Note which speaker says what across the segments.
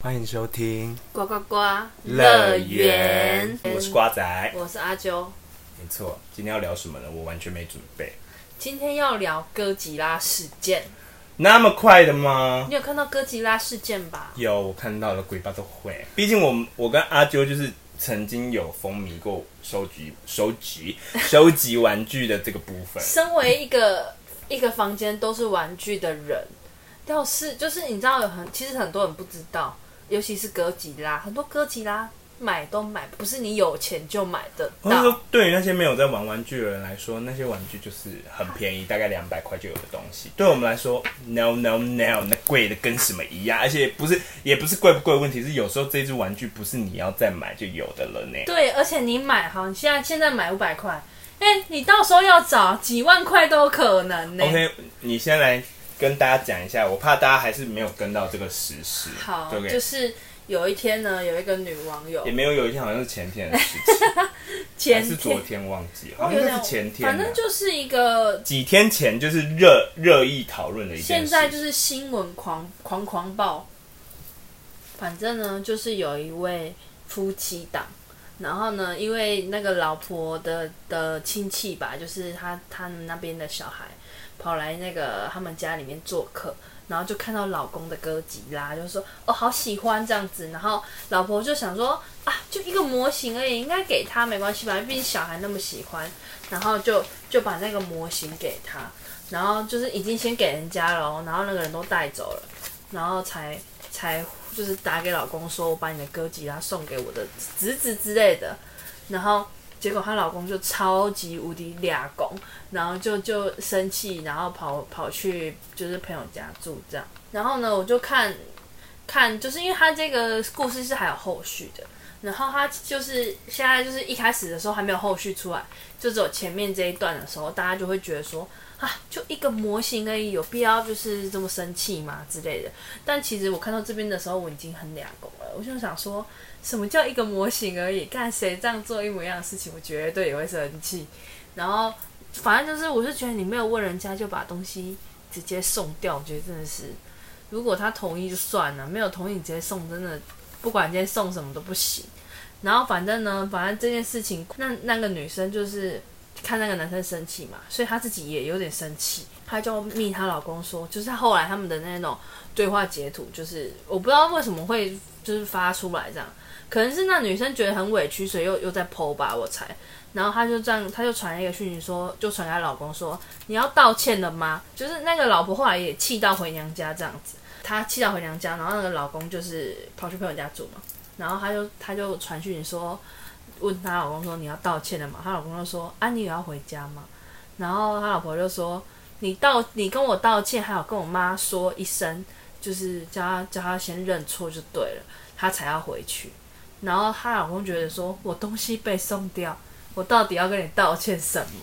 Speaker 1: 欢迎收听
Speaker 2: 呱呱呱
Speaker 1: 我是瓜仔，
Speaker 2: 我是阿啾，
Speaker 1: 没错。今天要聊什么呢？我完全没准备。
Speaker 2: 今天要聊哥吉拉事件。
Speaker 1: 那么快的吗？
Speaker 2: 你有看到哥吉拉事件吧？
Speaker 1: 有，我看到了，鬼巴都会。毕竟我我跟阿啾就是曾经有风靡过收集、收集、收集玩具的这个部分。
Speaker 2: 身为一个一个房间都是玩具的人，要是就是你知道有很其实很多人不知道，尤其是哥吉拉，很多哥吉拉买都买不是你有钱就买得
Speaker 1: 或者
Speaker 2: 到。
Speaker 1: 说，对于那些没有在玩玩具的人来说，那些玩具就是很便宜，大概两百块就有的东西。对我们来说，no no no，那贵的跟什么一样？而且不是，也不是贵不贵的问题，是有时候这只玩具不是你要再买就有的了呢。
Speaker 2: 对，而且你买好，你现在现在买五百块，哎、你到时候要找几万块都有可能呢、
Speaker 1: OK，你先来跟大家讲一下，我怕大家还是没有跟到这个时事。
Speaker 2: 好
Speaker 1: 对不，对？
Speaker 2: 就是有一天呢，有一个女网友
Speaker 1: 也没有有一天好像是前天的事情，还
Speaker 2: 前
Speaker 1: 是
Speaker 2: 天
Speaker 1: 昨天忘记，好像应该是前天啊、
Speaker 2: 反正就是一个
Speaker 1: 几天前就是热热议讨论的一件
Speaker 2: 现
Speaker 1: 事。
Speaker 2: 在就是新闻狂狂狂爆。反正呢，就是有一位夫妻档，然后呢，因为那个老婆的的亲戚吧，就是他他们那边的小孩跑来那个他们家里面做客。然后就看到老公的哥吉拉，就说哦好喜欢这样子，然后老婆就想说啊就一个模型而已，应该给他没关系吧，毕竟小孩那么喜欢，然后就就把那个模型给他，然后就是已经先给人家了哦，然后那个人都带走了，然后才才就是打给老公说，我把你的哥吉拉送给我的侄子之类的，然后结果她老公就超级无敌俩拱，然后就就生气，然后跑跑去就是朋友家住这样，然后呢我就看看，就是因为他这个故事是还有后续的。然后他就是现在就是一开始的时候还没有后续出来，就只有前面这一段的时候，大家就会觉得说，啊，就一个模型而已，有必要就是这么生气吗之类的？但其实我看到这边的时候，我已经很两公了，我就想说，什么叫一个模型而已？干谁这样做一模一样的事情，我绝对也会生气。然后反正就是，我是觉得你没有问人家就把东西直接送掉，我觉得真的是，如果他同意就算了，没有同意你直接送，真的不管今天送什么都不行。然后反正呢，反正这件事情，那那个女生就是看那个男生生气嘛，所以她自己也有点生气，她就密她老公说，就是后来他们的那种对话截图，就是我不知道为什么会就是发出来这样，可能是那女生觉得很委屈，所以又又在剖吧，我猜。然后她就这样，她就传了一个讯息说，就传给她老公说，你要道歉了吗？就是那个老婆后来也气到回娘家这样子，她气到回娘家，然后那个老公就是跑去朋友家住嘛，然后她就她就传讯息说，问她老公说你要道歉了吗？她老公就说啊，你也要回家吗？然后她老婆就说你道你跟我道歉，还有跟我妈说一声，就是叫她叫她先认错就对了，她才要回去。然后她老公觉得说我东西被送掉，我到底要跟你道歉什么？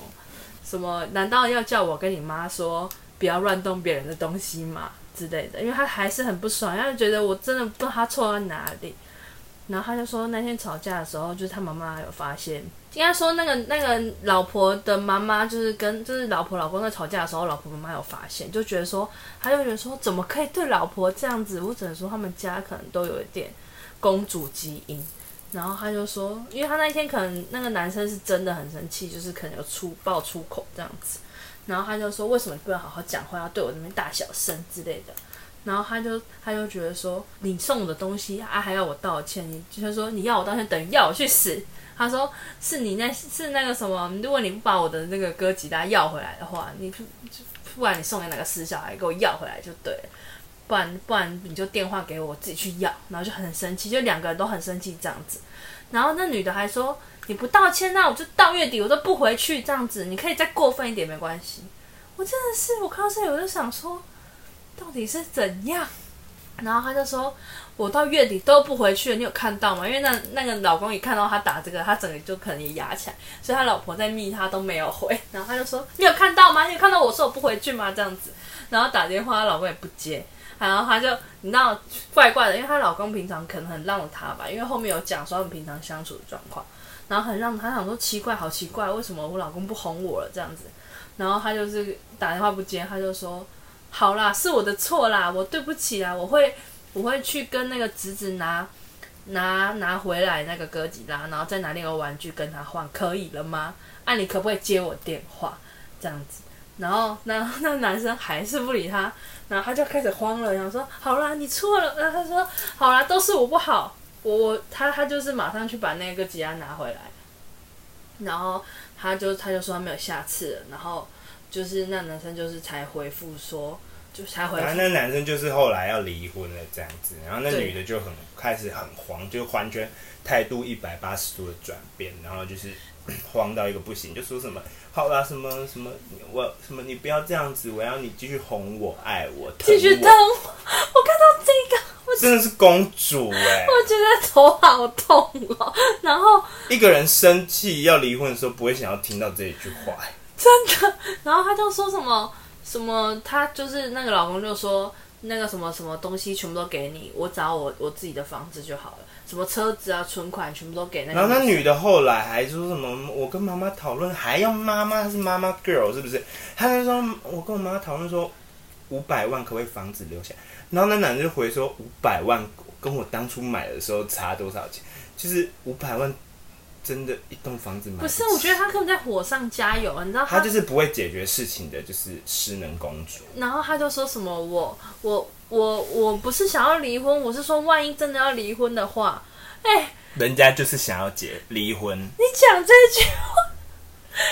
Speaker 2: 什么？难道要叫我跟你妈说不要乱动别人的东西吗？之类的，因为她还是很不爽，她就觉得我真的不知道她错在哪里。然后他就说那天吵架的时候，就是他妈妈有发现，应该说那个那个老婆的妈妈就是跟就是老婆老公在吵架的时候，老婆妈妈有发现，就觉得说，他就觉得说怎么可以对老婆这样子？我只能说他们家可能都有一点公主基因。然后他就说，因为他那一天可能那个男生是真的很生气，就是可能有出爆出口这样子。然后他就说，为什么不能好好讲话，要对我那边大小声之类的。然后他就他就觉得说，你送我的东西啊，还要我道歉，你就是说你要我道歉，等于要我去死。他说是你那是那个什么，如果你不把我的那个哥吉拉要回来的话，你不不然你送给哪个死小孩给我要回来就对了，不然不然你就电话给我，我自己去要。然后就很生气，就两个人都很生气这样子。然后那女的还说你不道歉，那我就到月底我都不回去这样子，你可以再过分一点没关系。我真的是，我看到这里我就想说，到底是怎样？然后他就说，我到月底都不回去了，你有看到吗？因为那那个老公一看到他打这个，他整个就可能也压起来，所以他老婆在密他都没有回。 然后他就说，你有看到吗？你有看到我说我不回去吗？这样子，然后打电话，她老公也不接。然后她就你知道怪怪的，因为她老公平常可能很让她吧，因为后面有讲说他们平常相处的状况，然后很让她想说奇怪，好奇怪，为什么我老公不哄我了这样子？然后她就是打电话不接，她就说好啦，是我的错啦，我对不起啦，我会我会去跟那个侄子拿拿拿回来那个哥吉拉，然后再拿另一个玩具跟他换，可以了吗？啊，你可不可以接我电话？这样子，然后那那男生还是不理他，然后他就开始慌了，然后说好啦，你错了，然后他说好啦，都是我不好，我我他他就是马上去把那个哥吉拉拿回来，然后他就他就说他没有下次了，然后就是那男生就是才回复说。就才回复
Speaker 1: 反正那男生就是后来要离婚了这样子，然后那
Speaker 2: 对
Speaker 1: 女的就很开始很慌，就完全态度一百八十度的转变，然后就是 慌到一个不行，就说什么好啦，什么什么我什么你不要这样子，我要你继续哄我、爱我、疼
Speaker 2: 继续疼
Speaker 1: 我，
Speaker 2: 我。我看到这个，我
Speaker 1: 真的是公主哎、
Speaker 2: 我觉得头好痛哦。然后
Speaker 1: 一个人生气要离婚的时候，不会想要听到这一句话、欸
Speaker 2: 真的，然后他就说什么什么，他就是那个老公就说那个什么什么东西全部都给你，我找我我自己的房子就好了，什么车子啊、存款全部都给那个。
Speaker 1: 然后那女的后来还说什么，我跟妈妈讨论，还要妈妈是妈妈 girl 是不是？她就说，我跟我妈讨论说，五百万可不可以房子留下？然后那男的就回说，五百万跟我当初买的时候差多少钱？就是五百万，真的一栋房子买
Speaker 2: 不
Speaker 1: 起
Speaker 2: 是，我觉得他根本在火上加油，啊你知道
Speaker 1: 她就是不会解决事情的，就是失能公主。
Speaker 2: 然后他就说什么我我我我不是想要离婚，我是说万一真的要离婚的话，哎、
Speaker 1: 人家就是想要结离婚，
Speaker 2: 你讲这句话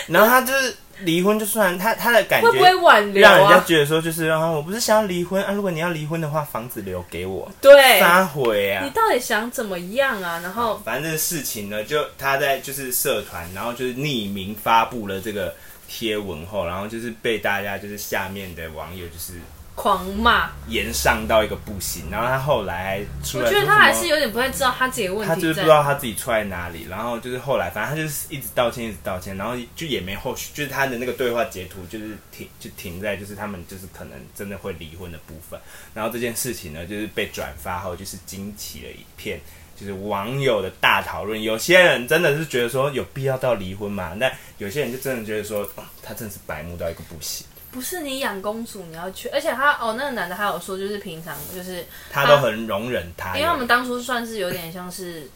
Speaker 1: 然后她就是离婚就算，她她的感觉
Speaker 2: 会不会挽留
Speaker 1: 让人家
Speaker 2: 啊？
Speaker 1: 觉得说就是，啊，我不是想要离婚啊，如果你要离婚的话，房子留给我，
Speaker 2: 对，
Speaker 1: 撒回
Speaker 2: 你
Speaker 1: 啊。
Speaker 2: 到底想怎么样啊？然后
Speaker 1: 反正这个事情呢，就他在就是社团，然后就是匿名发布了这个贴文后，然后就是被大家就是下面的网友就是
Speaker 2: 狂骂，
Speaker 1: 延上到一个不行，然后他后来还出
Speaker 2: 我
Speaker 1: 来
Speaker 2: 觉
Speaker 1: 说
Speaker 2: 得
Speaker 1: 什
Speaker 2: 他
Speaker 1: 么
Speaker 2: 还是有点不太知道他自己的问
Speaker 1: 他就是
Speaker 2: 题
Speaker 1: 不
Speaker 2: 在
Speaker 1: 知。道他自己错在哪里，然后就是后来，反正他就是一直道歉，一直道歉，然后就也没后续，就是他的那个对话截图就是停就停在就是他们就是可能真的会离婚的部分，然后这件事情呢就是被转发后就是惊起了一片。就是网友的大讨论，有些人真的是觉得说有必要到离婚嘛？那有些人就真的觉得说，哦他真的是白目到一个不行，
Speaker 2: 不是你养公主你要去，而且他哦，那个男的还有说，就是平常就是
Speaker 1: 他都很容忍他。
Speaker 2: 因为他们当初算是有点像是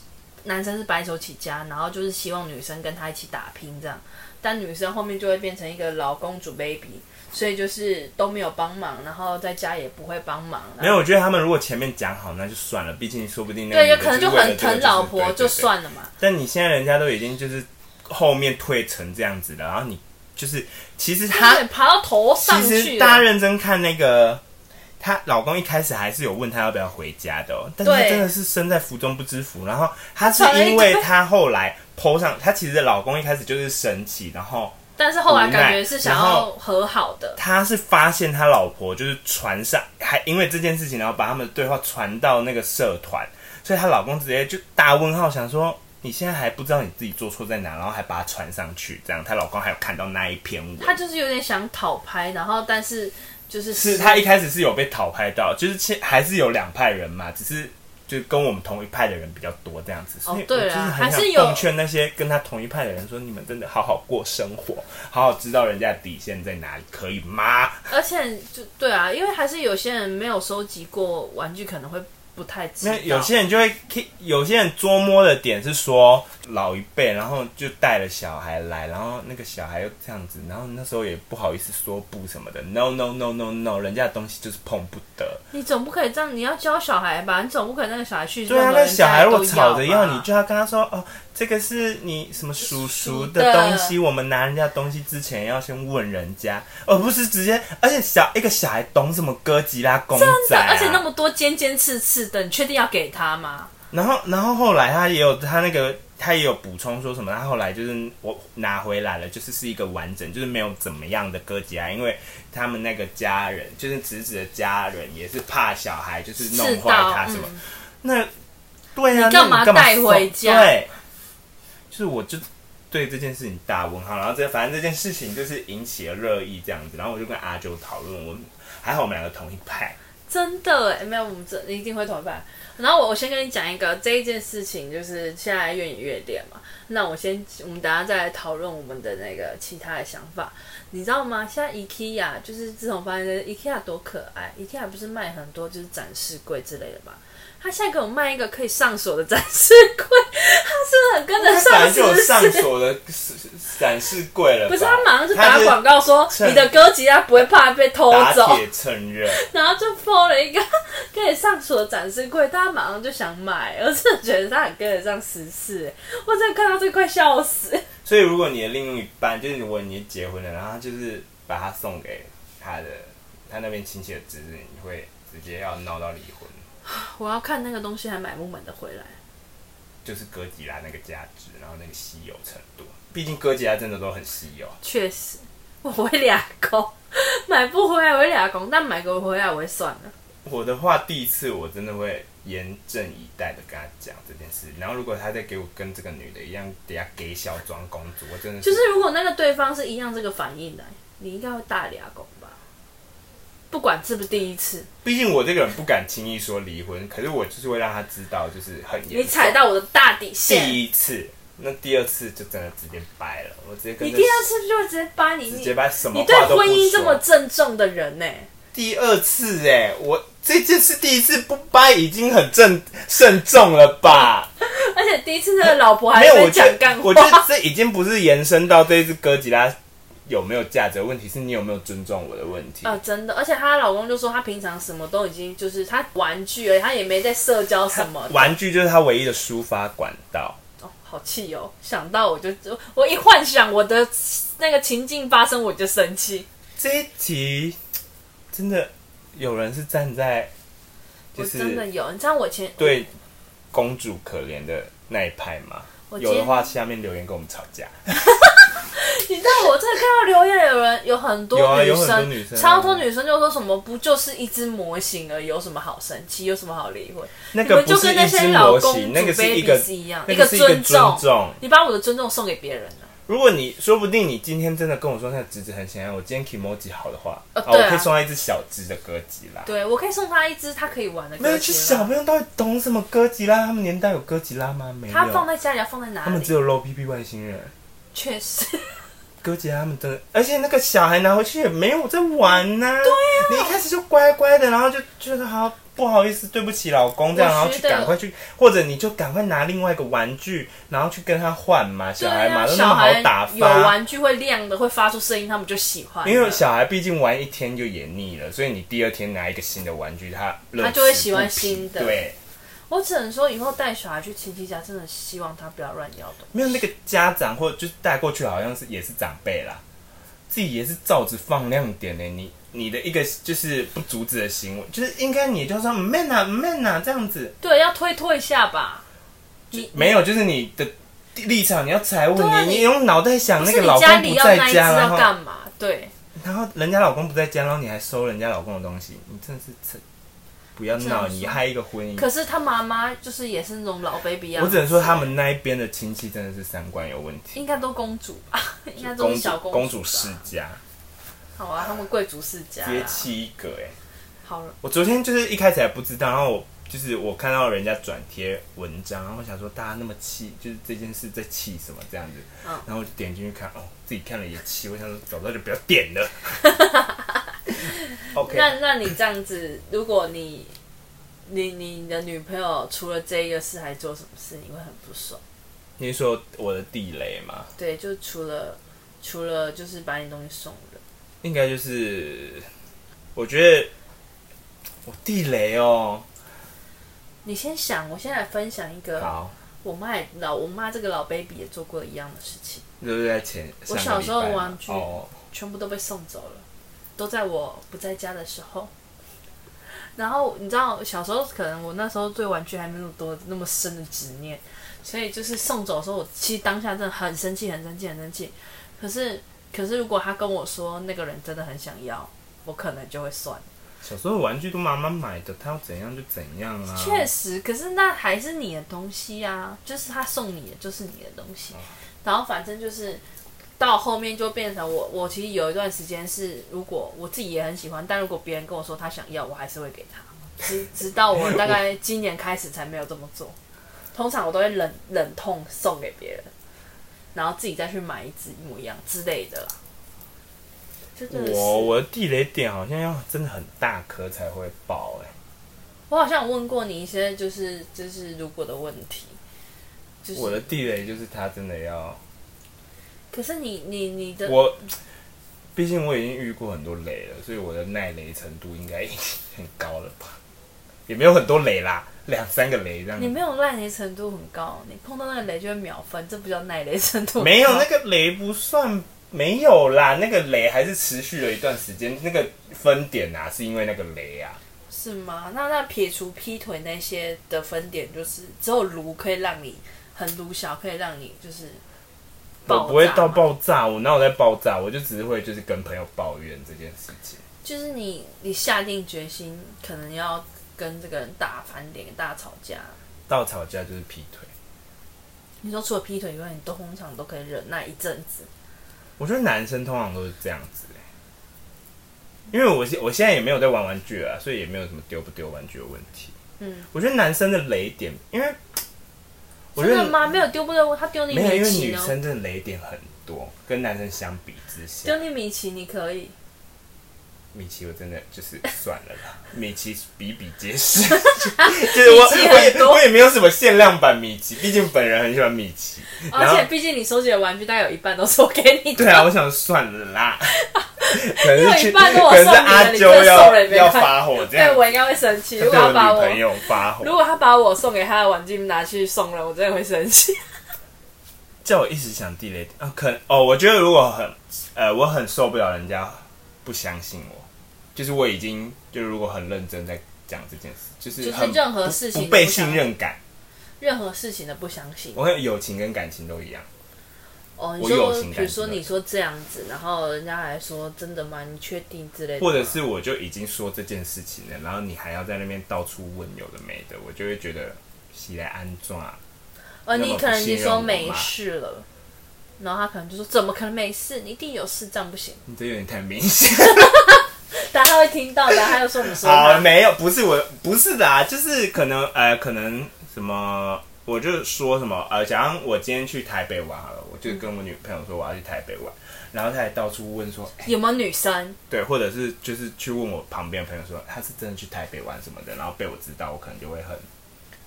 Speaker 2: 男生是白手起家，然后就是希望女生跟他一起打拼这样，但女生后面就会变成一个老公主 baby，所以就是都没有帮忙，然后在家也不会帮忙。然后
Speaker 1: 没有，我觉得他们如果前面讲好，那就算了，毕竟说不定那个
Speaker 2: 对，有
Speaker 1: 女的
Speaker 2: 可能
Speaker 1: 就是为了
Speaker 2: 很
Speaker 1: 这个
Speaker 2: 疼老
Speaker 1: 是
Speaker 2: 婆
Speaker 1: 对对
Speaker 2: 就
Speaker 1: 对
Speaker 2: 算了嘛。
Speaker 1: 但你现在人家都已经就是后面退成这样子了，然后你就是其实
Speaker 2: 就是
Speaker 1: 她
Speaker 2: 爬到头上
Speaker 1: 其
Speaker 2: 去
Speaker 1: 实大家
Speaker 2: 了，
Speaker 1: 认真看那个她老公一开始还是有问她要不要回家的、哦，但是她
Speaker 2: 对
Speaker 1: 真的是身在福中不知福。然后她是
Speaker 2: 反而
Speaker 1: 因为
Speaker 2: 就
Speaker 1: 她后来 PO 上，她其实老公一开始就是生气，然后
Speaker 2: 但是后来
Speaker 1: 无
Speaker 2: 感
Speaker 1: 奈
Speaker 2: 觉是想
Speaker 1: 然
Speaker 2: 要
Speaker 1: 后
Speaker 2: 和好的。
Speaker 1: 他是发现他老婆就是传上，还因为这件事情，然后把他们的对话传到那个社团，所以她老公直接就大问号，想说你现在还不知道你自己做错在哪，然后还把它传上去，这样她老公还有看到那一篇文。
Speaker 2: 他就是有点想讨拍，然后但是就是
Speaker 1: 是他一开始是有被讨拍到，就是其还是有两派人嘛，只是就跟我们同一派的人比较多这样子。所以我
Speaker 2: 哦对
Speaker 1: 就是
Speaker 2: 啦
Speaker 1: 很
Speaker 2: 还是
Speaker 1: 想
Speaker 2: 有
Speaker 1: 奉劝那些跟他同一派的人说，你们真的好好过生活，好好知道人家的底线在哪里，可以吗？
Speaker 2: 而且就对啊，因为还是有些人没有收集过玩具，可能会不太知道。
Speaker 1: 那有些人就会，有些人捉摸的点是说老一辈，然后就带了小孩来，然后那个小孩又这样子，然后那时候也不好意思说不什么的，no no no no no，人家的东西就是碰不得。
Speaker 2: 你总不可以这样，你要教小孩吧？你总不可以那个小孩去
Speaker 1: 对啊，
Speaker 2: 任何
Speaker 1: 那
Speaker 2: 人
Speaker 1: 小孩
Speaker 2: 家
Speaker 1: 如果
Speaker 2: 都
Speaker 1: 吵着要，
Speaker 2: 吧
Speaker 1: 你就要跟他说哦，这个是你什么叔叔
Speaker 2: 叔
Speaker 1: 的
Speaker 2: 的
Speaker 1: 东西，我们拿人家的东西之前要先问人家，而不是直接，而且小一个小孩懂什么哥吉拉公
Speaker 2: 真
Speaker 1: 仔、
Speaker 2: 的，
Speaker 1: 啊，
Speaker 2: 而且那么多尖尖刺刺的，你确定要给他吗？
Speaker 1: 然后，然后后来他也有他那个，他也有补充说什么，他后来就是我拿回来了，就是是一个完整，就是没有怎么样的哥吉拉，因为他们那个家人，就是侄子的家人也是怕小孩就是弄
Speaker 2: 刺
Speaker 1: 坏
Speaker 2: 到
Speaker 1: 他什么，
Speaker 2: 嗯，
Speaker 1: 那对啊，
Speaker 2: 你干嘛
Speaker 1: 那干嘛
Speaker 2: 带回
Speaker 1: 送
Speaker 2: 家
Speaker 1: 对，就是我就对这件事情大问号，然后这反正这件事情就是引起了热议这样子，然后我就跟阿九讨论，我们还好我们两个同一派，
Speaker 2: 真的哎，没有，我们这一定会投一半。然后我我先跟你讲一个这一件事情，就是现在越演越烈嘛。那我先，我们等一下再来讨论我们的那个其他的想法。你知道吗？现在 IKEA 就是自从发现这 IKEA 多可爱，IKEA 不是卖很多就是展示柜之类的嘛？他现在给我卖一个可以上锁的展示柜，他是不是很跟得
Speaker 1: 它本
Speaker 2: 上
Speaker 1: 来
Speaker 2: 时
Speaker 1: 就有上
Speaker 2: 事？
Speaker 1: 锁的展示柜了吧，
Speaker 2: 不是，他马上就
Speaker 1: 它
Speaker 2: 打
Speaker 1: 是
Speaker 2: 广告说
Speaker 1: 趁
Speaker 2: 你的歌吉他不会怕被偷走
Speaker 1: 打，铁趁热，
Speaker 2: 然后就抛了一个 可以上锁的展示柜，大家马上就想买，我真的觉得他很跟得上时事欸，我真的看到这快笑死。
Speaker 1: 所以如果你的另一半就是如果你结婚了，然后他就是把它送给他的他那边亲戚的侄子，你会直接要闹到离婚，
Speaker 2: 我要看那个东西还买不买得回来。
Speaker 1: 就是哥吉拉那个价值，然后那个稀有程度，毕竟哥吉拉真的都很稀有。
Speaker 2: 确实，我会俩公， 买不回来我会俩公，但买个回来我会算了。
Speaker 1: 我的话，第一次我真的会严阵以待的跟他讲这件事，然后如果他再给我跟这个女的一样，等下给小装公主，我真的
Speaker 2: 就是如果那个对方是一样这个反应的，你应该会大俩公吧？不管是不是第一次，
Speaker 1: 毕竟我这个人不敢轻易说离婚，可是我就是会让他知道，就是很严重。
Speaker 2: 你踩到我的大底线。
Speaker 1: 第一次，那第二次就真的直接掰了。我直接跟
Speaker 2: 你
Speaker 1: 这
Speaker 2: 第二次就会直接扒你，
Speaker 1: 直
Speaker 2: 你
Speaker 1: 接掰，什么
Speaker 2: 你对
Speaker 1: 话都不
Speaker 2: 婚姻这么
Speaker 1: 说。
Speaker 2: 郑重的人呢、欸
Speaker 1: 第二次哎、我这件事第一次不掰已经很正慎重了吧？
Speaker 2: 而且第一次那个老婆还
Speaker 1: 没有，
Speaker 2: 在
Speaker 1: 我觉
Speaker 2: 讲干
Speaker 1: 得
Speaker 2: 话，
Speaker 1: 我觉得这已经不是延伸到这只哥吉拉有没有价值的问题，是你有没有尊重我的问题。
Speaker 2: 啊，真的，而且她老公就说她平常什么都已经就是她玩具而已，她也没在社交什么 的。
Speaker 1: 玩具就是他唯一的抒发管道。
Speaker 2: 哦，好气哦！想到我就我一幻想我的那个情境发生，我就生气。
Speaker 1: 这一题真的有人是站在就
Speaker 2: 我真的
Speaker 1: 是
Speaker 2: 有，你知道我前，
Speaker 1: 对公主可怜的那一派吗？
Speaker 2: 我今
Speaker 1: 有
Speaker 2: 天
Speaker 1: 的话，下面留言跟我们吵架。
Speaker 2: 你知道我真的看到留言有人有很多
Speaker 1: 有啊
Speaker 2: 女
Speaker 1: 有很
Speaker 2: 生，
Speaker 1: 多女生啊
Speaker 2: 超多女生就说什么不就是一只模型而已，有什么好生气，有什么好离婚？
Speaker 1: 那
Speaker 2: 你
Speaker 1: 个
Speaker 2: 们
Speaker 1: 不
Speaker 2: 就是跟那
Speaker 1: 一只
Speaker 2: 些老
Speaker 1: 模
Speaker 2: 公
Speaker 1: 型，
Speaker 2: 主
Speaker 1: 那个是
Speaker 2: baby
Speaker 1: 一个
Speaker 2: 是一样，
Speaker 1: 那个是一个
Speaker 2: 尊
Speaker 1: 尊重。
Speaker 2: 你把我的尊重送给别人了。
Speaker 1: 如果你说不定你今天真的跟我说那个侄子很想要，我今天 emoji 好的话，
Speaker 2: 呃
Speaker 1: 啊，
Speaker 2: 对啊
Speaker 1: 我可以送他一只小只的歌吉拉。
Speaker 2: 对，我可以送他一只他可以玩的
Speaker 1: 没有，
Speaker 2: 歌
Speaker 1: 就
Speaker 2: 曲吗
Speaker 1: 小朋友到底懂什么歌吉拉？他们年代有歌吉拉吗？没有，
Speaker 2: 他放在家里要放在哪
Speaker 1: 他们只
Speaker 2: 里？
Speaker 1: 有 low 屁屁外星人。
Speaker 2: 确实，
Speaker 1: 哥姐他们真的，而且那个小孩拿回去也没有在玩呐、对呀、
Speaker 2: 啊
Speaker 1: 你一开始就乖乖的，然后就觉得好不好意思，对不起老公这样，
Speaker 2: 我
Speaker 1: 然后
Speaker 2: 觉
Speaker 1: 去
Speaker 2: 得
Speaker 1: 赶快去，或者你就赶快拿另外一个玩具，然后去跟他换嘛。
Speaker 2: 对
Speaker 1: 小孩嘛，
Speaker 2: 啊，
Speaker 1: 都那
Speaker 2: 小
Speaker 1: 么好
Speaker 2: 孩
Speaker 1: 打
Speaker 2: 有
Speaker 1: 发。
Speaker 2: 玩具会亮的，会发出声音，他们就喜欢了。
Speaker 1: 因为小孩毕竟玩一天就也腻了，所以你第二天拿一个新的玩具，他乐
Speaker 2: 他就会
Speaker 1: 此
Speaker 2: 喜
Speaker 1: 不
Speaker 2: 欢
Speaker 1: 疲
Speaker 2: 新的
Speaker 1: 对，
Speaker 2: 我只能说，以后带小孩去亲戚家，真的希望他不要乱要 东
Speaker 1: 没有那个家长或就是带过去，好像是也是长辈啦，自己也是照着放亮点呢、你你的一个就是不阻止的行为，就是应该你就说 man 啊 man 啊这样子，
Speaker 2: 对，要推脱一下吧。你
Speaker 1: 没有就是你的立场，你要财务，
Speaker 2: 对啊
Speaker 1: 你
Speaker 2: 你
Speaker 1: 你用脑袋想
Speaker 2: 不
Speaker 1: 那
Speaker 2: 是
Speaker 1: 个
Speaker 2: 你
Speaker 1: 老
Speaker 2: 家
Speaker 1: 公
Speaker 2: 里
Speaker 1: 不
Speaker 2: 要
Speaker 1: 在
Speaker 2: 那一只
Speaker 1: 家，然
Speaker 2: 要
Speaker 1: 后
Speaker 2: 干嘛？对，
Speaker 1: 然后人家老公不在家，然后你还收人家老公的东西，你真的是这不要
Speaker 2: 这样
Speaker 1: 闹，
Speaker 2: 说
Speaker 1: 你害一个婚姻。
Speaker 2: 可是他妈妈就是也是那种老 baby 啊。
Speaker 1: 我只能说他们那一边的亲戚真的是三观有问题，
Speaker 2: 应该都公主 吧，应该都
Speaker 1: 公
Speaker 2: 是
Speaker 1: 主
Speaker 2: 小
Speaker 1: 公
Speaker 2: 主
Speaker 1: 主
Speaker 2: 吧
Speaker 1: 世家，
Speaker 2: 好啊，他们贵族世家
Speaker 1: 直接
Speaker 2: 啦。
Speaker 1: 七一个哎、
Speaker 2: 好了，
Speaker 1: 我昨天就是一开始还不知道，然后我就是我看到人家转贴文章，然后我想说大家那么气，就是这件事在气什么这样子，
Speaker 2: 嗯
Speaker 1: 然后我就点进去看，哦，自己看了也气，我想说早知道就不要点 了。OK，
Speaker 2: 那那你这样子，如果你你你的女朋友除了这个事还做什么事，你会很不爽。
Speaker 1: 你是说我的地雷嘛，
Speaker 2: 对，就除了除了就是把你东西送了，
Speaker 1: 应该就是我觉得我地雷哦，
Speaker 2: 你先想，我先来分享一个。
Speaker 1: 好，
Speaker 2: 我妈也老，我妈这个老 baby 也做过一样的事情，
Speaker 1: 就是在前
Speaker 2: 我
Speaker 1: 上个
Speaker 2: 小时候
Speaker 1: 礼拜嘛
Speaker 2: 玩具
Speaker 1: 哦，
Speaker 2: 全部都被送走了，都在我不在家的时候。 然后你知道，小时候可能我那时候对玩具还没有那么多那么深的执念，所以就是送走的时候，我其实当下真的很生气，很生气，很生气。可是，可是如果他跟我说那个人真的很想要，我可能就会算。
Speaker 1: 小时候玩具都妈妈买的，她要怎样就怎样啊，
Speaker 2: 确实，可是那还是你的东西啊，就是他送你的，就是你的东西。然后反正就是到后面就变成我，我其实有一段时间是，如果我自己也很喜欢，但如果别人跟我说他想要，我还是会给他。直直到我大概今年开始才没有这么做，通常我都会忍忍痛送给别人，然后自己再去买一支一模一样之类的啦。这真的是
Speaker 1: 我我的地雷点好像要真的很大颗才会爆哎、
Speaker 2: 我好像有问过你一些就是就是如果的问题，就是
Speaker 1: 我的地雷就是它真的要
Speaker 2: 可是你你你的
Speaker 1: 我，毕竟我已经遇过很多雷了，所以我的耐雷程度应该已经很高了吧？也没有很多雷啦，两三个雷这样
Speaker 2: 你。没有耐雷程度很高，你碰到那个雷就会秒分，这不叫耐雷程度很高。
Speaker 1: 没有那个雷不算没有啦，那个雷还是持续了一段时间。那个分点啊，是因为那个雷啊，
Speaker 2: 是吗？那那撇除劈腿那些的分点，就是只有炉可以让你很炉小，可以让你就是爆炸
Speaker 1: 我
Speaker 2: 吗
Speaker 1: 不会到，爆炸，我哪有在爆炸？我就只是会就是跟朋友抱怨这件事情。
Speaker 2: 就是你你下定决心，可能要跟这个人大翻脸、大吵架。
Speaker 1: 到吵架就是劈腿，
Speaker 2: 你说除了劈腿以外，你都通常都可以忍耐一阵子。
Speaker 1: 我觉得男生通常都是这样子、欸因为我现我现在也没有在玩玩具啊，所以也没有什么丢不丢玩具的问题。
Speaker 2: 嗯，
Speaker 1: 我觉得男生的雷点，因为我觉
Speaker 2: 真
Speaker 1: 得
Speaker 2: 的吗？没有丢不丢？他丢你
Speaker 1: 没有，因
Speaker 2: 米
Speaker 1: 为
Speaker 2: 奇哦
Speaker 1: 女
Speaker 2: 呢？
Speaker 1: 生真的雷点很多，跟男生相比之下
Speaker 2: 丢，你米奇你可以，
Speaker 1: 米奇我真的就是算了啦，米奇比比皆 是，就是我
Speaker 2: 米奇
Speaker 1: 我
Speaker 2: 很
Speaker 1: 也
Speaker 2: 多
Speaker 1: 我也没有什么限量版米奇，毕竟本人很喜欢米奇。然
Speaker 2: 而
Speaker 1: 后
Speaker 2: 且毕竟你收集的玩具大概有一半都是我给你的。
Speaker 1: 对啊，我想算了 啦，可能是
Speaker 2: 你有
Speaker 1: 去，
Speaker 2: 一半都我
Speaker 1: 可能是
Speaker 2: 送你的
Speaker 1: 阿
Speaker 2: 你
Speaker 1: 啾
Speaker 2: 真的送
Speaker 1: 要
Speaker 2: 人没
Speaker 1: 要
Speaker 2: 看
Speaker 1: 发火这
Speaker 2: 对，
Speaker 1: 样，
Speaker 2: 我应该会生气。
Speaker 1: 对
Speaker 2: 如果
Speaker 1: 我
Speaker 2: 他把
Speaker 1: 女
Speaker 2: 我
Speaker 1: 朋友发火
Speaker 2: 如，果他把我送给他的玩具拿去送人，我真的会生气。
Speaker 1: 叫我一直想地雷点啊，可能哦，我觉得如果很呃，我很受不了人家不相信我，就是我已经就如果很认真在讲这件事，就是
Speaker 2: 就是
Speaker 1: 很
Speaker 2: 任何
Speaker 1: 不
Speaker 2: 事情
Speaker 1: 不被
Speaker 2: 都不想
Speaker 1: 信任感，
Speaker 2: 任何事情的不相信
Speaker 1: 我看友情跟感情都一样，
Speaker 2: 哦，你
Speaker 1: 我有
Speaker 2: 说
Speaker 1: 情感
Speaker 2: 比如说
Speaker 1: 之类的
Speaker 2: 你说这样子，然后人家还说真的吗？你确定之类的吗，
Speaker 1: 或者是我就已经说这件事情了，然后你还要在那边到处问有的没的，我就会觉得喜来安装。啊
Speaker 2: 呃，
Speaker 1: 那么
Speaker 2: 你
Speaker 1: 不
Speaker 2: 可能你
Speaker 1: 信任
Speaker 2: 说
Speaker 1: 我
Speaker 2: 没
Speaker 1: 吗
Speaker 2: 事了，然后他可能就说怎么可能没事？你一定有事，这样不行。
Speaker 1: 你这有点太明显。
Speaker 2: 但他会听到的，他又说你说
Speaker 1: 啊，
Speaker 2: 他
Speaker 1: 没有，不是我，不是的啊，就是可能呃，可能什么，我就说什么呃，假如我今天去台北玩好了，我就跟我女朋友说我要去台北玩，然后她还到处问说，哎
Speaker 2: 有没有女生？
Speaker 1: 对，或者是就是去问我旁边的朋友说啊她是真的去台北玩什么的，然后被我知道，我可能就会很，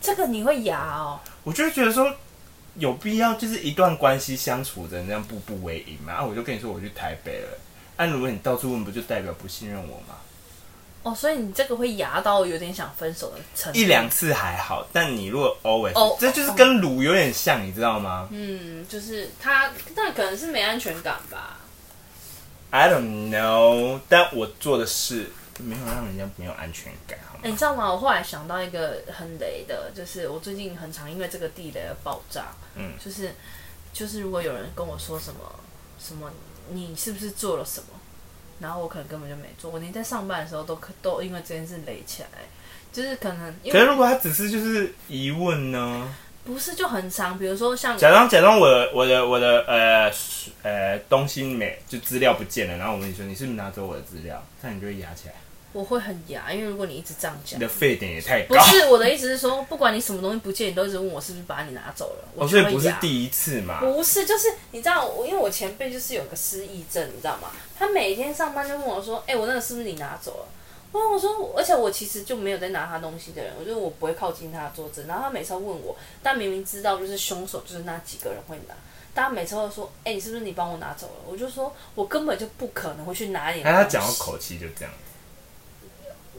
Speaker 2: 这个你会牙哦。
Speaker 1: 我就会觉得说。有必要就是一段关系相处的那样步步为营嘛？啊，我就跟你说我去台北了，啊，如果你到处问，不就代表不信任我吗？
Speaker 2: 哦，所以你这个会牙到有点想分手的程度。
Speaker 1: 一两次还好，但你如果 always，、
Speaker 2: 哦
Speaker 1: 这就是跟卤有点像，你知道吗、
Speaker 2: 嗯，就是他，那可能是没安全感吧。
Speaker 1: i don't know，但我做的事没有让人家没有安全感，好吗？
Speaker 2: 欸你知道吗？我后来想到一个很雷的，就是我最近很常因为这个地雷而爆炸。
Speaker 1: 嗯
Speaker 2: 就是就是如果有人跟我说什么什么，你是不是做了什么？然后我可能根本就没做，我连在上班的时候都可都因为这件事雷起来，就是可能因
Speaker 1: 可是
Speaker 2: 为
Speaker 1: 如果他只是就是疑问呢？
Speaker 2: 不是就很长，比如说像
Speaker 1: 假装假装我的我的我的呃呃东西没就资料不见了，然后我问你说你是不是拿走我的资料？那你就会压起来，
Speaker 2: 我会很牙，因为如果你一直这样
Speaker 1: 你
Speaker 2: 讲，
Speaker 1: 的沸点也太
Speaker 2: 不
Speaker 1: 高。
Speaker 2: 是我的意思是说，不管你什么东西不见，你都一直问我是不是把你拿走了，我
Speaker 1: 哦，
Speaker 2: 就
Speaker 1: 所以
Speaker 2: 会
Speaker 1: 不是
Speaker 2: 牙
Speaker 1: 第一次嘛？
Speaker 2: 不是，就是你知道，我因为我前辈就是有个失忆症，你知道吗？他每天上班就问我说：“哎、我那个是不是你拿走了？”我跟我说，而且我其实就没有在拿他东西的人，我就我不会靠近他的桌子。然后他每次都问我，但明明知道就是凶手就是那几个人会拿，但他每次都说：“哎、你是不是你帮我拿走了？”我就说我根本就不可能会去拿你的
Speaker 1: 那
Speaker 2: 东西。
Speaker 1: 哎他讲话口气就这样，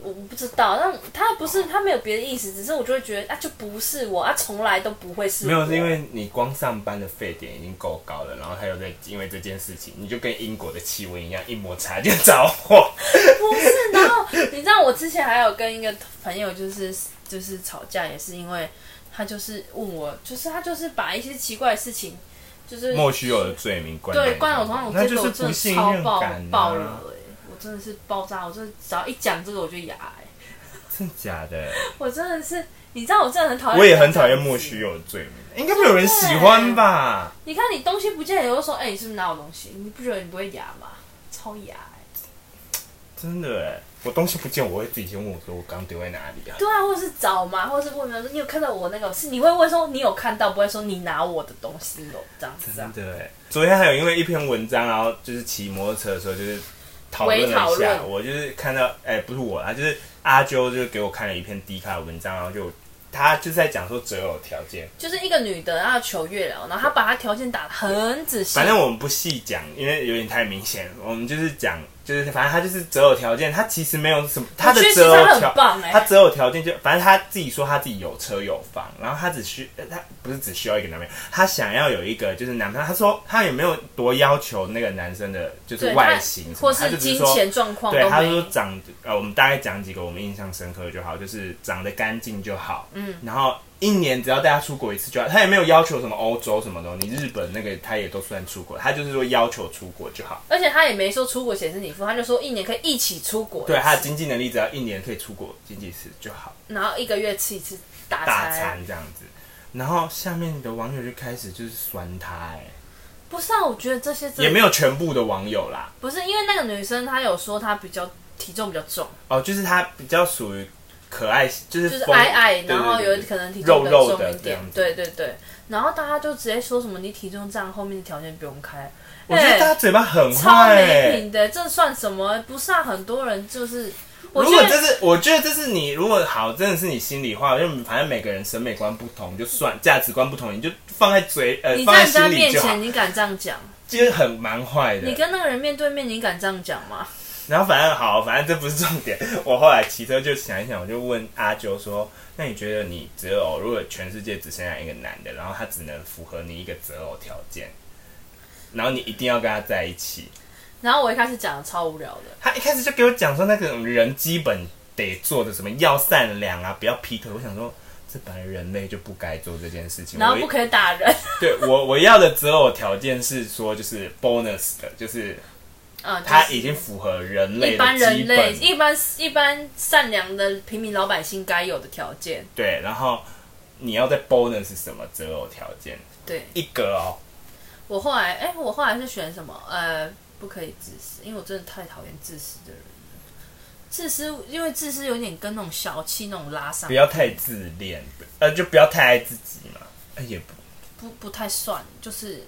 Speaker 2: 我不知道，但他不是他没有别的意思，只是我就会觉得啊，就不是我啊，从来都不会是我。
Speaker 1: 没有是因为你光上班的沸点已经够高了，然后他又在因为这件事情，你就跟英国的气温一样，一摩擦就着火。
Speaker 2: 不是，然后你知道我之前还有跟一个朋友就是就是吵架，也是因为他就是问我，就是他就是把一些奇怪的事情，就是
Speaker 1: 莫须有的罪名冠在你
Speaker 2: 对
Speaker 1: 身上
Speaker 2: 关我头上，我
Speaker 1: 那就
Speaker 2: 这个
Speaker 1: 是
Speaker 2: 我
Speaker 1: 不
Speaker 2: 真
Speaker 1: 信
Speaker 2: 的
Speaker 1: 任
Speaker 2: 超爆
Speaker 1: 感、啊、
Speaker 2: 爆了、欸，我真的是爆炸，我真的只要一讲这个我就哑、欸，
Speaker 1: 真的假的？
Speaker 2: 我真的是，你知道我真的很讨厌，
Speaker 1: 我也很讨厌莫须。有罪名，应该没有人喜欢吧？
Speaker 2: 你看你东西不见了，又说哎、你是不是拿我东西？你不觉得你不会牙吗？超牙欸
Speaker 1: 真的哎，我东西不见，我会自己先问我说我刚丢在哪里啊？
Speaker 2: 对啊，或者是找嘛，或者是问别人说你有看到我那个，是你会问说你有看到，不会说你拿我的东西有这样子啊
Speaker 1: 真。的哎，昨天还有因为一篇文章，然后就是骑摩托车的时候，就是讨论了
Speaker 2: 微
Speaker 1: 一
Speaker 2: 讨
Speaker 1: 下，
Speaker 2: 论
Speaker 1: 我就是看到，哎、不是我啊，就是阿啾，就给我看了一篇低卡的文章，然后就他就是在讲说择偶条件，
Speaker 2: 就是一个女的要求月老，然后她把她条件打得很仔细，
Speaker 1: 反正我们不细讲，因为有点太明显，我们就是讲，就是反正他就是择偶条件，他其实没有什么，他的
Speaker 2: 觉得其实
Speaker 1: 择偶
Speaker 2: 他很
Speaker 1: 条。
Speaker 2: 棒哎、
Speaker 1: 他择偶条件就，反正他自己说他自己有车有房，然后他只需呃他不是只需要一个男朋友，他想要有一个就是男朋友。他说他也没有多要求那个男生的，就是
Speaker 2: 对
Speaker 1: 外
Speaker 2: 他
Speaker 1: 形什么
Speaker 2: 或
Speaker 1: 他
Speaker 2: 是
Speaker 1: 就只
Speaker 2: 金
Speaker 1: 是说
Speaker 2: 钱状况
Speaker 1: 对，
Speaker 2: 都
Speaker 1: 他
Speaker 2: 没
Speaker 1: 说
Speaker 2: 有。
Speaker 1: 长呃，我们大概讲几个我们印象深刻的就好，就是长得干净就好，
Speaker 2: 嗯，
Speaker 1: 然后一年只要带他出国一次就好，他也没有要求什么欧洲什么的，你日本那个他也都算出国，他就是说要求出国就好，
Speaker 2: 而且他也没说出国钱是你付，他就说一年可以一起出国一次，
Speaker 1: 对，他的经济能力只要一年可以出国经济一次就好，
Speaker 2: 然后一个月吃一次大
Speaker 1: 大
Speaker 2: 餐。
Speaker 1: 餐这样子，然后下面的网友就开始就是酸他、哎，
Speaker 2: 不是啊，我觉得这些真的
Speaker 1: 也没有全部的网友啦，
Speaker 2: 不是因为那个女生她有说她比较体重比较重，
Speaker 1: 哦，就是他比较属于可爱，就是
Speaker 2: 就是
Speaker 1: 疯
Speaker 2: 矮矮，
Speaker 1: 对对
Speaker 2: 然后
Speaker 1: 对
Speaker 2: 有
Speaker 1: 对
Speaker 2: 可能体重更重
Speaker 1: 肉肉
Speaker 2: 一
Speaker 1: 的这
Speaker 2: 点
Speaker 1: 样子，
Speaker 2: 对对对。然后大家就直接说什么你体重这样，后面的条件不用开，
Speaker 1: 我觉得
Speaker 2: 哎
Speaker 1: 他嘴巴很
Speaker 2: 超
Speaker 1: 坏、
Speaker 2: 没
Speaker 1: 哎
Speaker 2: 品的，这算什么？不是啊，很多 人就是，我
Speaker 1: 如
Speaker 2: 觉
Speaker 1: 果
Speaker 2: 得
Speaker 1: 这是，我觉得这是你如果好，真的是你心里话，就反正每个人审美观不同，就算价值观不同，你就放在嘴呃
Speaker 2: 你
Speaker 1: 放
Speaker 2: 在
Speaker 1: 在
Speaker 2: 人家
Speaker 1: 心里
Speaker 2: 面
Speaker 1: 就好
Speaker 2: 前，你敢这样讲？
Speaker 1: 其实很蛮坏
Speaker 2: 你
Speaker 1: 的。
Speaker 2: 跟那个人面对面，你敢这样讲吗？
Speaker 1: 然后反正好，反正这不是重点。 我后来骑车就想一想，我就问阿啾说：“那你觉得你择偶，如果全世界只剩下一个男的，然后他只能符合你一个择偶条件，然后你一定要跟他在一起？”
Speaker 2: 然后我一开始讲的超无聊的，
Speaker 1: 他一开始就给我讲说那个人基本得做的什么要善良啊，不要劈腿。我想说，这本来人类就不该做这件事情。
Speaker 2: 然后
Speaker 1: 我
Speaker 2: 不可以打人
Speaker 1: 对我我要的择偶条件是说，就是 bonus 的，就是
Speaker 2: 啊，就是
Speaker 1: 他已经符合人类
Speaker 2: 一般
Speaker 1: 的基
Speaker 2: 人类
Speaker 1: 本
Speaker 2: 一般一般善良的平民老百姓该有的条件，
Speaker 1: 对，然后你要在 bonus 是什么择偶条件？
Speaker 2: 对。
Speaker 1: 一格哦，
Speaker 2: 我后来，哎、我后来是选什么？呃，不可以自私，因为我真的太讨厌自私的人了。自私，因为自私有点跟那种小气那种拉上
Speaker 1: 不，要太自恋，呃，就不要太爱自己嘛，呃也不、
Speaker 2: 不不太算，就是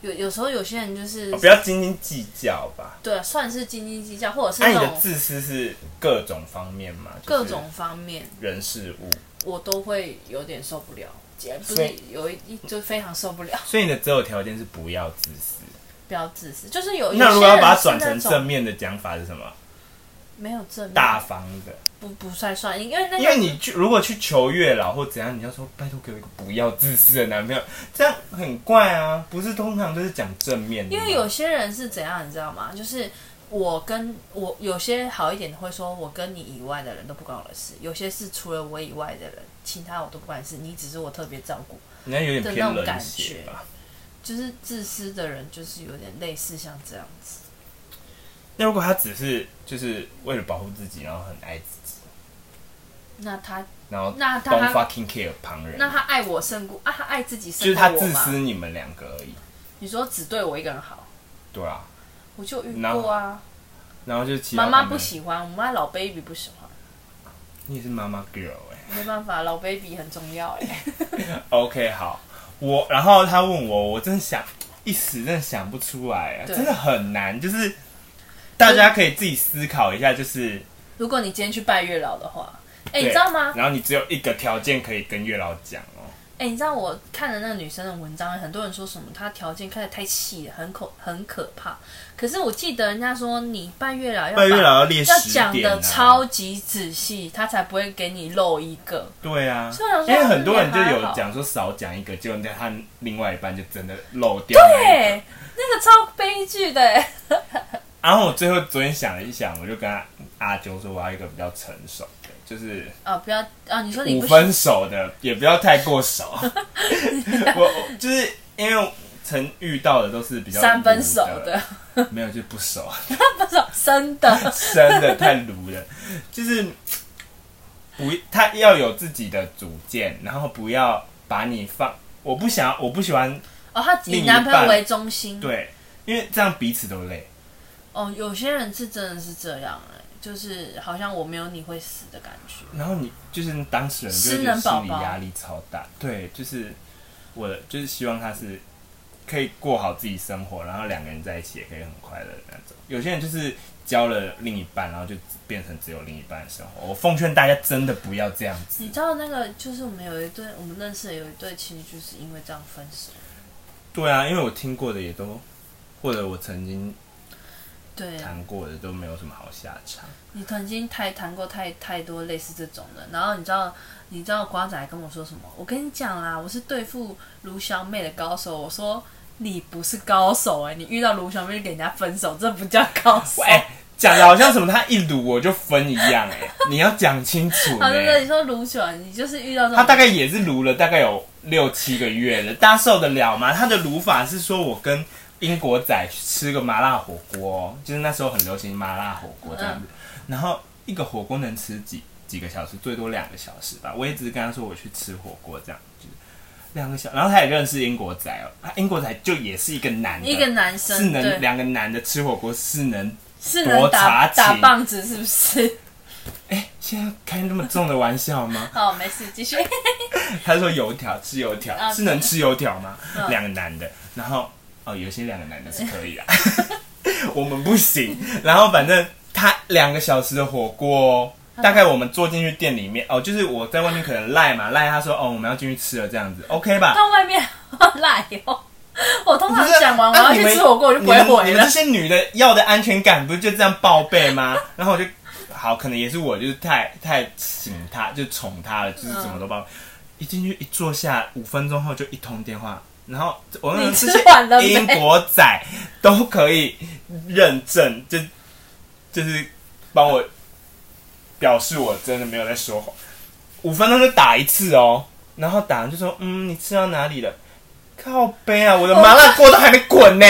Speaker 2: 有有时候有些人就是、
Speaker 1: 哦不要斤斤计较吧。
Speaker 2: 对啊，算是斤斤计较，或者是
Speaker 1: 那、
Speaker 2: 那
Speaker 1: 你的
Speaker 2: 种
Speaker 1: 自私是各种方面嘛？就是
Speaker 2: 哦各种方面，
Speaker 1: 人事物。
Speaker 2: 我都会有点受不了。姐不
Speaker 1: 所
Speaker 2: 是
Speaker 1: 以
Speaker 2: 有一一就非常受不了，
Speaker 1: 所以你的择偶条件是不要自私。
Speaker 2: 不要自私，就是哦有
Speaker 1: 那如果要把它转
Speaker 2: 有些人
Speaker 1: 成
Speaker 2: 是那
Speaker 1: 正
Speaker 2: 种
Speaker 1: 面的讲法是什么？
Speaker 2: 没有正面
Speaker 1: 大方的，
Speaker 2: 不不算算，因为那
Speaker 1: 因为
Speaker 2: 个
Speaker 1: 你去如果去求月老或怎样，你要说拜托给我一个不要自私的男朋友，这样很怪啊。不是通常都是讲正面的
Speaker 2: 因
Speaker 1: 吗，
Speaker 2: 为有些人是怎样，你知道吗？就是我跟我有些好一点的会说，我跟你以外的人都不关我的事；有些是除了我以外的人，其他我都不关事。你只是我特别照顾，
Speaker 1: 你看有点
Speaker 2: 的那
Speaker 1: 偏
Speaker 2: 种感
Speaker 1: 冷
Speaker 2: 觉
Speaker 1: 血吧。
Speaker 2: 就是自私的人，就是有点类似像这样子。
Speaker 1: 那如果他只是就是为了保护自己，然后很爱自己，
Speaker 2: 那他
Speaker 1: 然后
Speaker 2: 那他
Speaker 1: don't fucking care 旁人，
Speaker 2: 那他爱我胜过啊，他爱自己
Speaker 1: 就是
Speaker 2: 胜过
Speaker 1: 他
Speaker 2: 我
Speaker 1: 自
Speaker 2: 嘛？
Speaker 1: 私你们两个而已，
Speaker 2: 你说只对我一个人好，
Speaker 1: 对啊。
Speaker 2: 我就遇
Speaker 1: 那
Speaker 2: 过啊。
Speaker 1: 然后就其他
Speaker 2: 妈妈
Speaker 1: 旁
Speaker 2: 不
Speaker 1: 人，
Speaker 2: 喜欢，我妈老 baby 不喜欢，
Speaker 1: 你也是妈妈 girl 哎、
Speaker 2: 没办法，老 baby 很重要哎、
Speaker 1: OK，好，我然后他问我，我真的想一时真的想不出来啊，
Speaker 2: 对
Speaker 1: 真的很难，就是大家可以自己思考一下，就是
Speaker 2: 如果你今天去拜月老的话，哎、
Speaker 1: 对
Speaker 2: 你知道吗？
Speaker 1: 然后你只有一个条件可以跟月老讲哦，
Speaker 2: 哎、你知道我看了那个女生的文章，很多人说什么她条件看得太细了，很可很可怕。可是我记得人家说你拜月老要把
Speaker 1: 拜月老要列
Speaker 2: 要
Speaker 1: 十
Speaker 2: 讲
Speaker 1: 点啊
Speaker 2: 的，超级仔细，他才不会给你漏一个。
Speaker 1: 对啊
Speaker 2: 所以我，
Speaker 1: 因
Speaker 2: 想说
Speaker 1: 为很多人就
Speaker 2: 这个也还
Speaker 1: 有
Speaker 2: 好
Speaker 1: 讲说少讲一个，结果他另外一半就真的漏掉那一个。
Speaker 2: 对，那个超悲剧的、哎
Speaker 1: 然后我最后昨天想了一想，我就跟阿阿啾说，我要一个比较成熟的，就是
Speaker 2: 啊！不要啊！你说你
Speaker 1: 五
Speaker 2: 不
Speaker 1: 分熟的，也不要太过 熟。我我就是因为曾遇到的都是比较
Speaker 2: 三分熟
Speaker 1: 鲁
Speaker 2: 的，
Speaker 1: 的，没有就是不熟，
Speaker 2: 不是真的。
Speaker 1: 真的太鲁了。就是不，他要有自己的主见，然后不要把你放。我不想，我不喜欢
Speaker 2: 哦，他
Speaker 1: 另
Speaker 2: 以
Speaker 1: 一
Speaker 2: 男朋友
Speaker 1: 半
Speaker 2: 为中心。
Speaker 1: 对，因为这样彼此都累。
Speaker 2: 哦，有些人是真的是这样哎、就是好像我没有你会死的感觉。
Speaker 1: 然后你就是当事人就会
Speaker 2: 私
Speaker 1: 觉得
Speaker 2: 人宝
Speaker 1: 心理
Speaker 2: 宝
Speaker 1: 压力超大。对，就是我的，就是希望他是可以过好自己生活，然后两个人在一起也可以很快乐的那种。有些人就是交了另一半，然后就变成只有另一半的生活。我奉劝大家真的不要这样子
Speaker 2: 你。知道那个就是我们有一对我们认识的有一对情侣，就是因为这样分手。
Speaker 1: 对啊，因为我听过的也都，或者我曾经
Speaker 2: 对，
Speaker 1: 谈过的都没有什么好下场。
Speaker 2: 你曾经太谈过太太多类似这种的，然后你知道你知道瓜仔还跟我说什么？我跟你讲啦，我是对付卢小妹的高手。我说你不是高手哎、你遇到卢小妹就给人家分手，这不叫高手。
Speaker 1: 喂，讲的好像什么他一撸我就分一样哎、你要讲清楚欸呢、
Speaker 2: 好，对对，你说卢小，你就是遇到这
Speaker 1: 他大
Speaker 2: 种，
Speaker 1: 概也是撸了大概有六七个月了，大家受得了吗？他的撸法是说我跟英国仔去吃个麻辣火锅，就是那时候很流行麻辣火锅这样
Speaker 2: 嗯
Speaker 1: 子，然后一个火锅能吃几几个小时，最多两个小时吧。我也只是跟他说我去吃火锅这样，就是两个小，然后他也认识英国仔哦，他英国仔就也是一个男的，
Speaker 2: 一个男生
Speaker 1: 是能
Speaker 2: 对
Speaker 1: 两个男的吃火锅是能
Speaker 2: 是
Speaker 1: 多
Speaker 2: 能
Speaker 1: 查
Speaker 2: 打打
Speaker 1: 情
Speaker 2: 棒子是不是？
Speaker 1: 哎、现在开那么重的玩笑吗？
Speaker 2: 好，没事，继续。
Speaker 1: 他说油条吃油条、
Speaker 2: 啊
Speaker 1: 是能吃油条吗？两、个男的，然后哦，有些两个男的是可以啊， 我们不行。然后反正他两个小时的火锅哦、大概我们坐进去店里面哦，就是我在外面可能赖嘛赖，他说哦我们要进去吃了这样子，OK 吧？
Speaker 2: 到外面好赖哦。我通
Speaker 1: 不
Speaker 2: 常
Speaker 1: 是
Speaker 2: 讲完我
Speaker 1: 啊
Speaker 2: 要
Speaker 1: 你
Speaker 2: 去
Speaker 1: 们
Speaker 2: 吃火锅，我就不会
Speaker 1: 你
Speaker 2: 回
Speaker 1: 们
Speaker 2: 了
Speaker 1: 这。些女的要的安全感不是就这样报备吗？然后我就好，可能也是我就是太太请她，就宠她了，就是怎么都报
Speaker 2: 嗯
Speaker 1: 备。一进去一坐下，五分钟后就一通电话。然后我那
Speaker 2: 你
Speaker 1: 这
Speaker 2: 吃
Speaker 1: 些
Speaker 2: 完了没
Speaker 1: 英国仔都可以认证，就就是帮我表示我真的没有在说谎。五分钟就打一次哦，然后打完就说嗯，你吃到哪里了？靠背啊！我的麻辣锅都还没滚呢、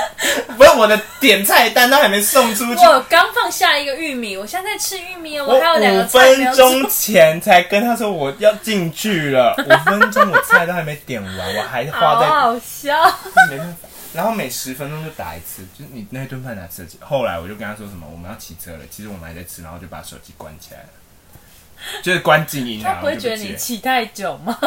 Speaker 1: 不是我的点菜单都还没送出去，
Speaker 2: 我刚放下一个玉米，我现在在吃玉米哦，
Speaker 1: 我
Speaker 2: 还有两个
Speaker 1: 五
Speaker 2: 菜没
Speaker 1: 分
Speaker 2: 有
Speaker 1: 钟
Speaker 2: 吃。
Speaker 1: 前才跟他说我要进去了，五分钟我菜都还没点完，我还花
Speaker 2: 好
Speaker 1: 在
Speaker 2: 好笑，
Speaker 1: 没办法。然后每十分钟就打一次，就是你那顿饭哪吃得起？后来我就跟他说什么我们要骑车了，其实我们还在吃，然后就把手机关起来了，就是关静音
Speaker 2: 他
Speaker 1: 啊。
Speaker 2: 不
Speaker 1: 我
Speaker 2: 会
Speaker 1: 就
Speaker 2: 觉得
Speaker 1: 接
Speaker 2: 你起太久吗？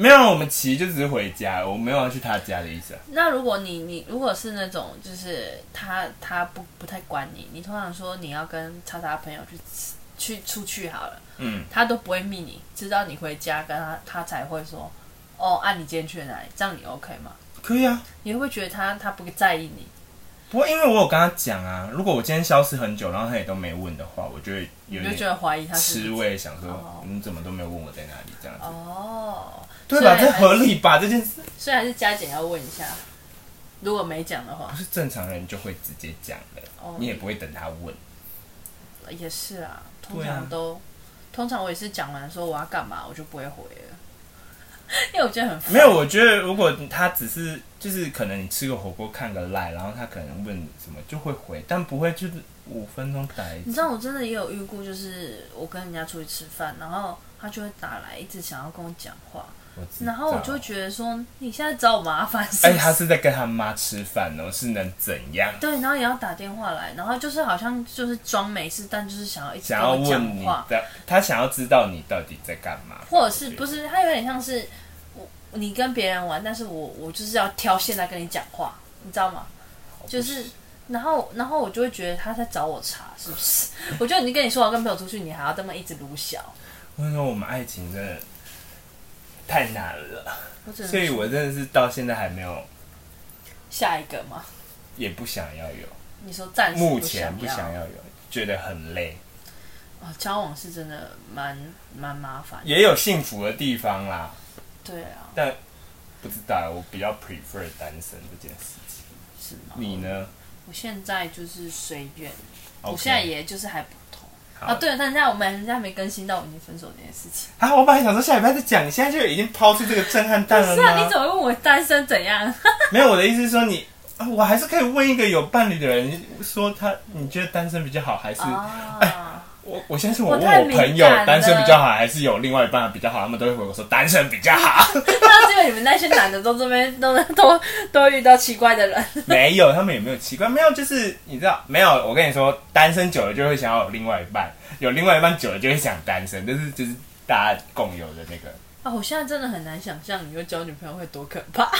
Speaker 1: 没有，我们骑就只是回家，我没有要去他家的意思啊。
Speaker 2: 那如果你你如果是那种就是他他不不太管你，你通常说你要跟叉叉朋友去吃去出去好了，
Speaker 1: 嗯，
Speaker 2: 他都不会密你，直到你回家跟他他才会说哦，啊你今天去了哪里？这样你 OK 吗？
Speaker 1: 可以啊。
Speaker 2: 你会不会觉得他他不在意你？
Speaker 1: 不过因为我有跟他讲啊，如果我今天消失很久，然后他也都没问的话，我就会有
Speaker 2: 你就觉
Speaker 1: 点
Speaker 2: 得怀疑他是不
Speaker 1: 吃
Speaker 2: 是
Speaker 1: 味，想说、
Speaker 2: 哦
Speaker 1: 你怎么都没有问我在哪里这样子，
Speaker 2: 哦，
Speaker 1: 对吧？
Speaker 2: 所以
Speaker 1: 这
Speaker 2: 还
Speaker 1: 合理吧？这件事
Speaker 2: 所以还是加减要问一下，如果没讲的话
Speaker 1: 不，是正常人就会直接讲的，
Speaker 2: 哦
Speaker 1: 你也不会等他问。
Speaker 2: 也是啊，通
Speaker 1: 对啊
Speaker 2: 常都，通常我也是讲完说我要干嘛，我就不会回了， 因为我觉得很烦
Speaker 1: 没有，我觉得如果他只是就是可能你吃个火锅看个赖，然后他可能问什么就会回，但不会就是五分钟打一
Speaker 2: 你
Speaker 1: 次
Speaker 2: 知。道我真的也有遇过，就是我跟人家出去吃饭，然后他就会打来，一直想要跟我讲话，
Speaker 1: 我知
Speaker 2: 然后我
Speaker 1: 道哦
Speaker 2: 就觉得说你现在找我麻烦是
Speaker 1: 哎、
Speaker 2: 不是
Speaker 1: 他是在跟他妈吃饭哦，是能怎样？
Speaker 2: 对，然后也要打电话来，然后就是好像就是装没事，但就是想要一直
Speaker 1: 想
Speaker 2: 跟
Speaker 1: 要
Speaker 2: 我
Speaker 1: 问
Speaker 2: 讲
Speaker 1: 你
Speaker 2: 话，
Speaker 1: 的，他想要知道你到底在干嘛，
Speaker 2: 或者是不
Speaker 1: 是？
Speaker 2: 是？他有点像是我你跟别人玩，但是我我就是要挑现在跟你讲话，你知道吗？就是，然后然后我就会觉得他在找我茬，是不是？ 我就已经跟你说我跟朋友出去，你还要这么一直撸小，
Speaker 1: 我跟你说，我们爱情真的太难了，
Speaker 2: 我只能
Speaker 1: 所以我真的是到现在还没有，
Speaker 2: 下一个嘛。
Speaker 1: 也不想要有，
Speaker 2: 你说暂时
Speaker 1: 目前不
Speaker 2: 不
Speaker 1: 想
Speaker 2: 要
Speaker 1: 要有，觉得很累，
Speaker 2: 哦，交往是真的蛮蛮麻烦的，
Speaker 1: 也有幸福的地方啦，
Speaker 2: 对啊，
Speaker 1: 但不知道，我比较 prefer 单身这件事情。
Speaker 2: 是吗？
Speaker 1: 你呢
Speaker 2: 我现在就是随缘
Speaker 1: ？OK？
Speaker 2: 我现在也就是还不同
Speaker 1: 好
Speaker 2: 啊。对了，但是现在我们人家没更新到我已经分手这件事情。
Speaker 1: 啊，我本来想说下礼拜再讲，你现在就已经抛出这个震撼弹了吗？
Speaker 2: 是啊，你怎么问我单身怎样？
Speaker 1: 没有，我的意思是说你，啊我还是可以问一个有伴侣的人说他，你觉得单身比较好，还是、
Speaker 2: 啊，
Speaker 1: 我我相信我
Speaker 2: 我
Speaker 1: 问
Speaker 2: 太
Speaker 1: 我
Speaker 2: 敏
Speaker 1: 朋友
Speaker 2: 感了
Speaker 1: 单身比较好，还是有另外一半比较好，他们都会回我说单身比较好。
Speaker 2: 那是因为你们那些男的都这边都都都遇到奇怪的 人，
Speaker 1: 没有，他们也没有奇怪，没有，就是你知道没有？我跟你说，单身久了就会想要有另外一半，有另外一半久了就会想单身，这是就是大家共有的那个。
Speaker 2: 啊，我现在真的很难想象你又交女朋友会多可 怕。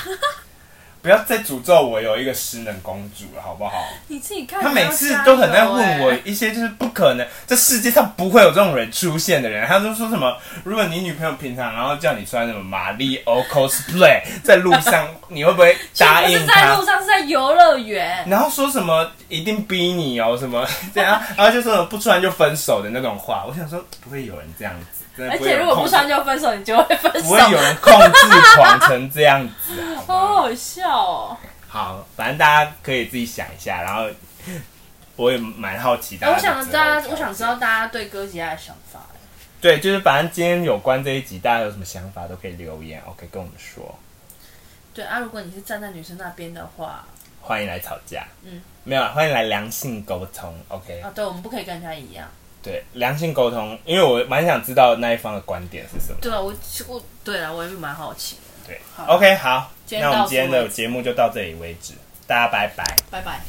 Speaker 1: 不要再诅咒我有一个失能公主了，好不好？
Speaker 2: 你自己看，
Speaker 1: 他
Speaker 2: 你
Speaker 1: 每
Speaker 2: 要
Speaker 1: 次
Speaker 2: 加
Speaker 1: 都很在
Speaker 2: 油
Speaker 1: 问我
Speaker 2: 欸
Speaker 1: 一些就是不可能，这世界上不会有这种人出现的人。他就说什么，如果你女朋友平常然后叫你穿什么玛丽欧 cosplay，在 路上你会不会答
Speaker 2: 不
Speaker 1: 应
Speaker 2: 是在
Speaker 1: 她
Speaker 2: 路？上，是在游乐园。
Speaker 1: 然后说什么一定逼你哦，什么 这样，然后就说什么不穿就分手的那种话。我想说不会有人这样子，真的
Speaker 2: 而
Speaker 1: 嗯不会有
Speaker 2: 且
Speaker 1: 人
Speaker 2: 如果
Speaker 1: 控
Speaker 2: 不
Speaker 1: 制，
Speaker 2: 穿就分手，你就会分
Speaker 1: 不会有
Speaker 2: 手，
Speaker 1: 人控制狂成这样子，好不
Speaker 2: 好
Speaker 1: 好？
Speaker 2: 好笑哦。
Speaker 1: 好，反正大家可以自己想一下，然后 我也蛮好奇大家
Speaker 2: 哎
Speaker 1: 的
Speaker 2: 我
Speaker 1: 之后的
Speaker 2: 想
Speaker 1: 想
Speaker 2: 大
Speaker 1: 法。
Speaker 2: 家，我想知道大家对哥吉拉的想法。
Speaker 1: 对，就是反正今天有关这一集，大家有什么想法都可以留言，OK，跟我们说。
Speaker 2: 对啊，如果你是站在女生那边的话，
Speaker 1: 欢迎来吵架，
Speaker 2: 嗯，
Speaker 1: 没有啦，啊欢迎来良性沟通，OK，、
Speaker 2: 啊，对，我们不可以跟人家一样。
Speaker 1: 对，良性沟通，因为我蛮想知道那一方的观点是什么。
Speaker 2: 对啊，我我对啊了，我也蛮好奇的。
Speaker 1: 对
Speaker 2: 好
Speaker 1: ，OK，好，
Speaker 2: 今天
Speaker 1: 那我
Speaker 2: 到
Speaker 1: 们
Speaker 2: 此
Speaker 1: 今天的
Speaker 2: 为止
Speaker 1: 节目就到这里为止，大家拜拜。
Speaker 2: 拜拜。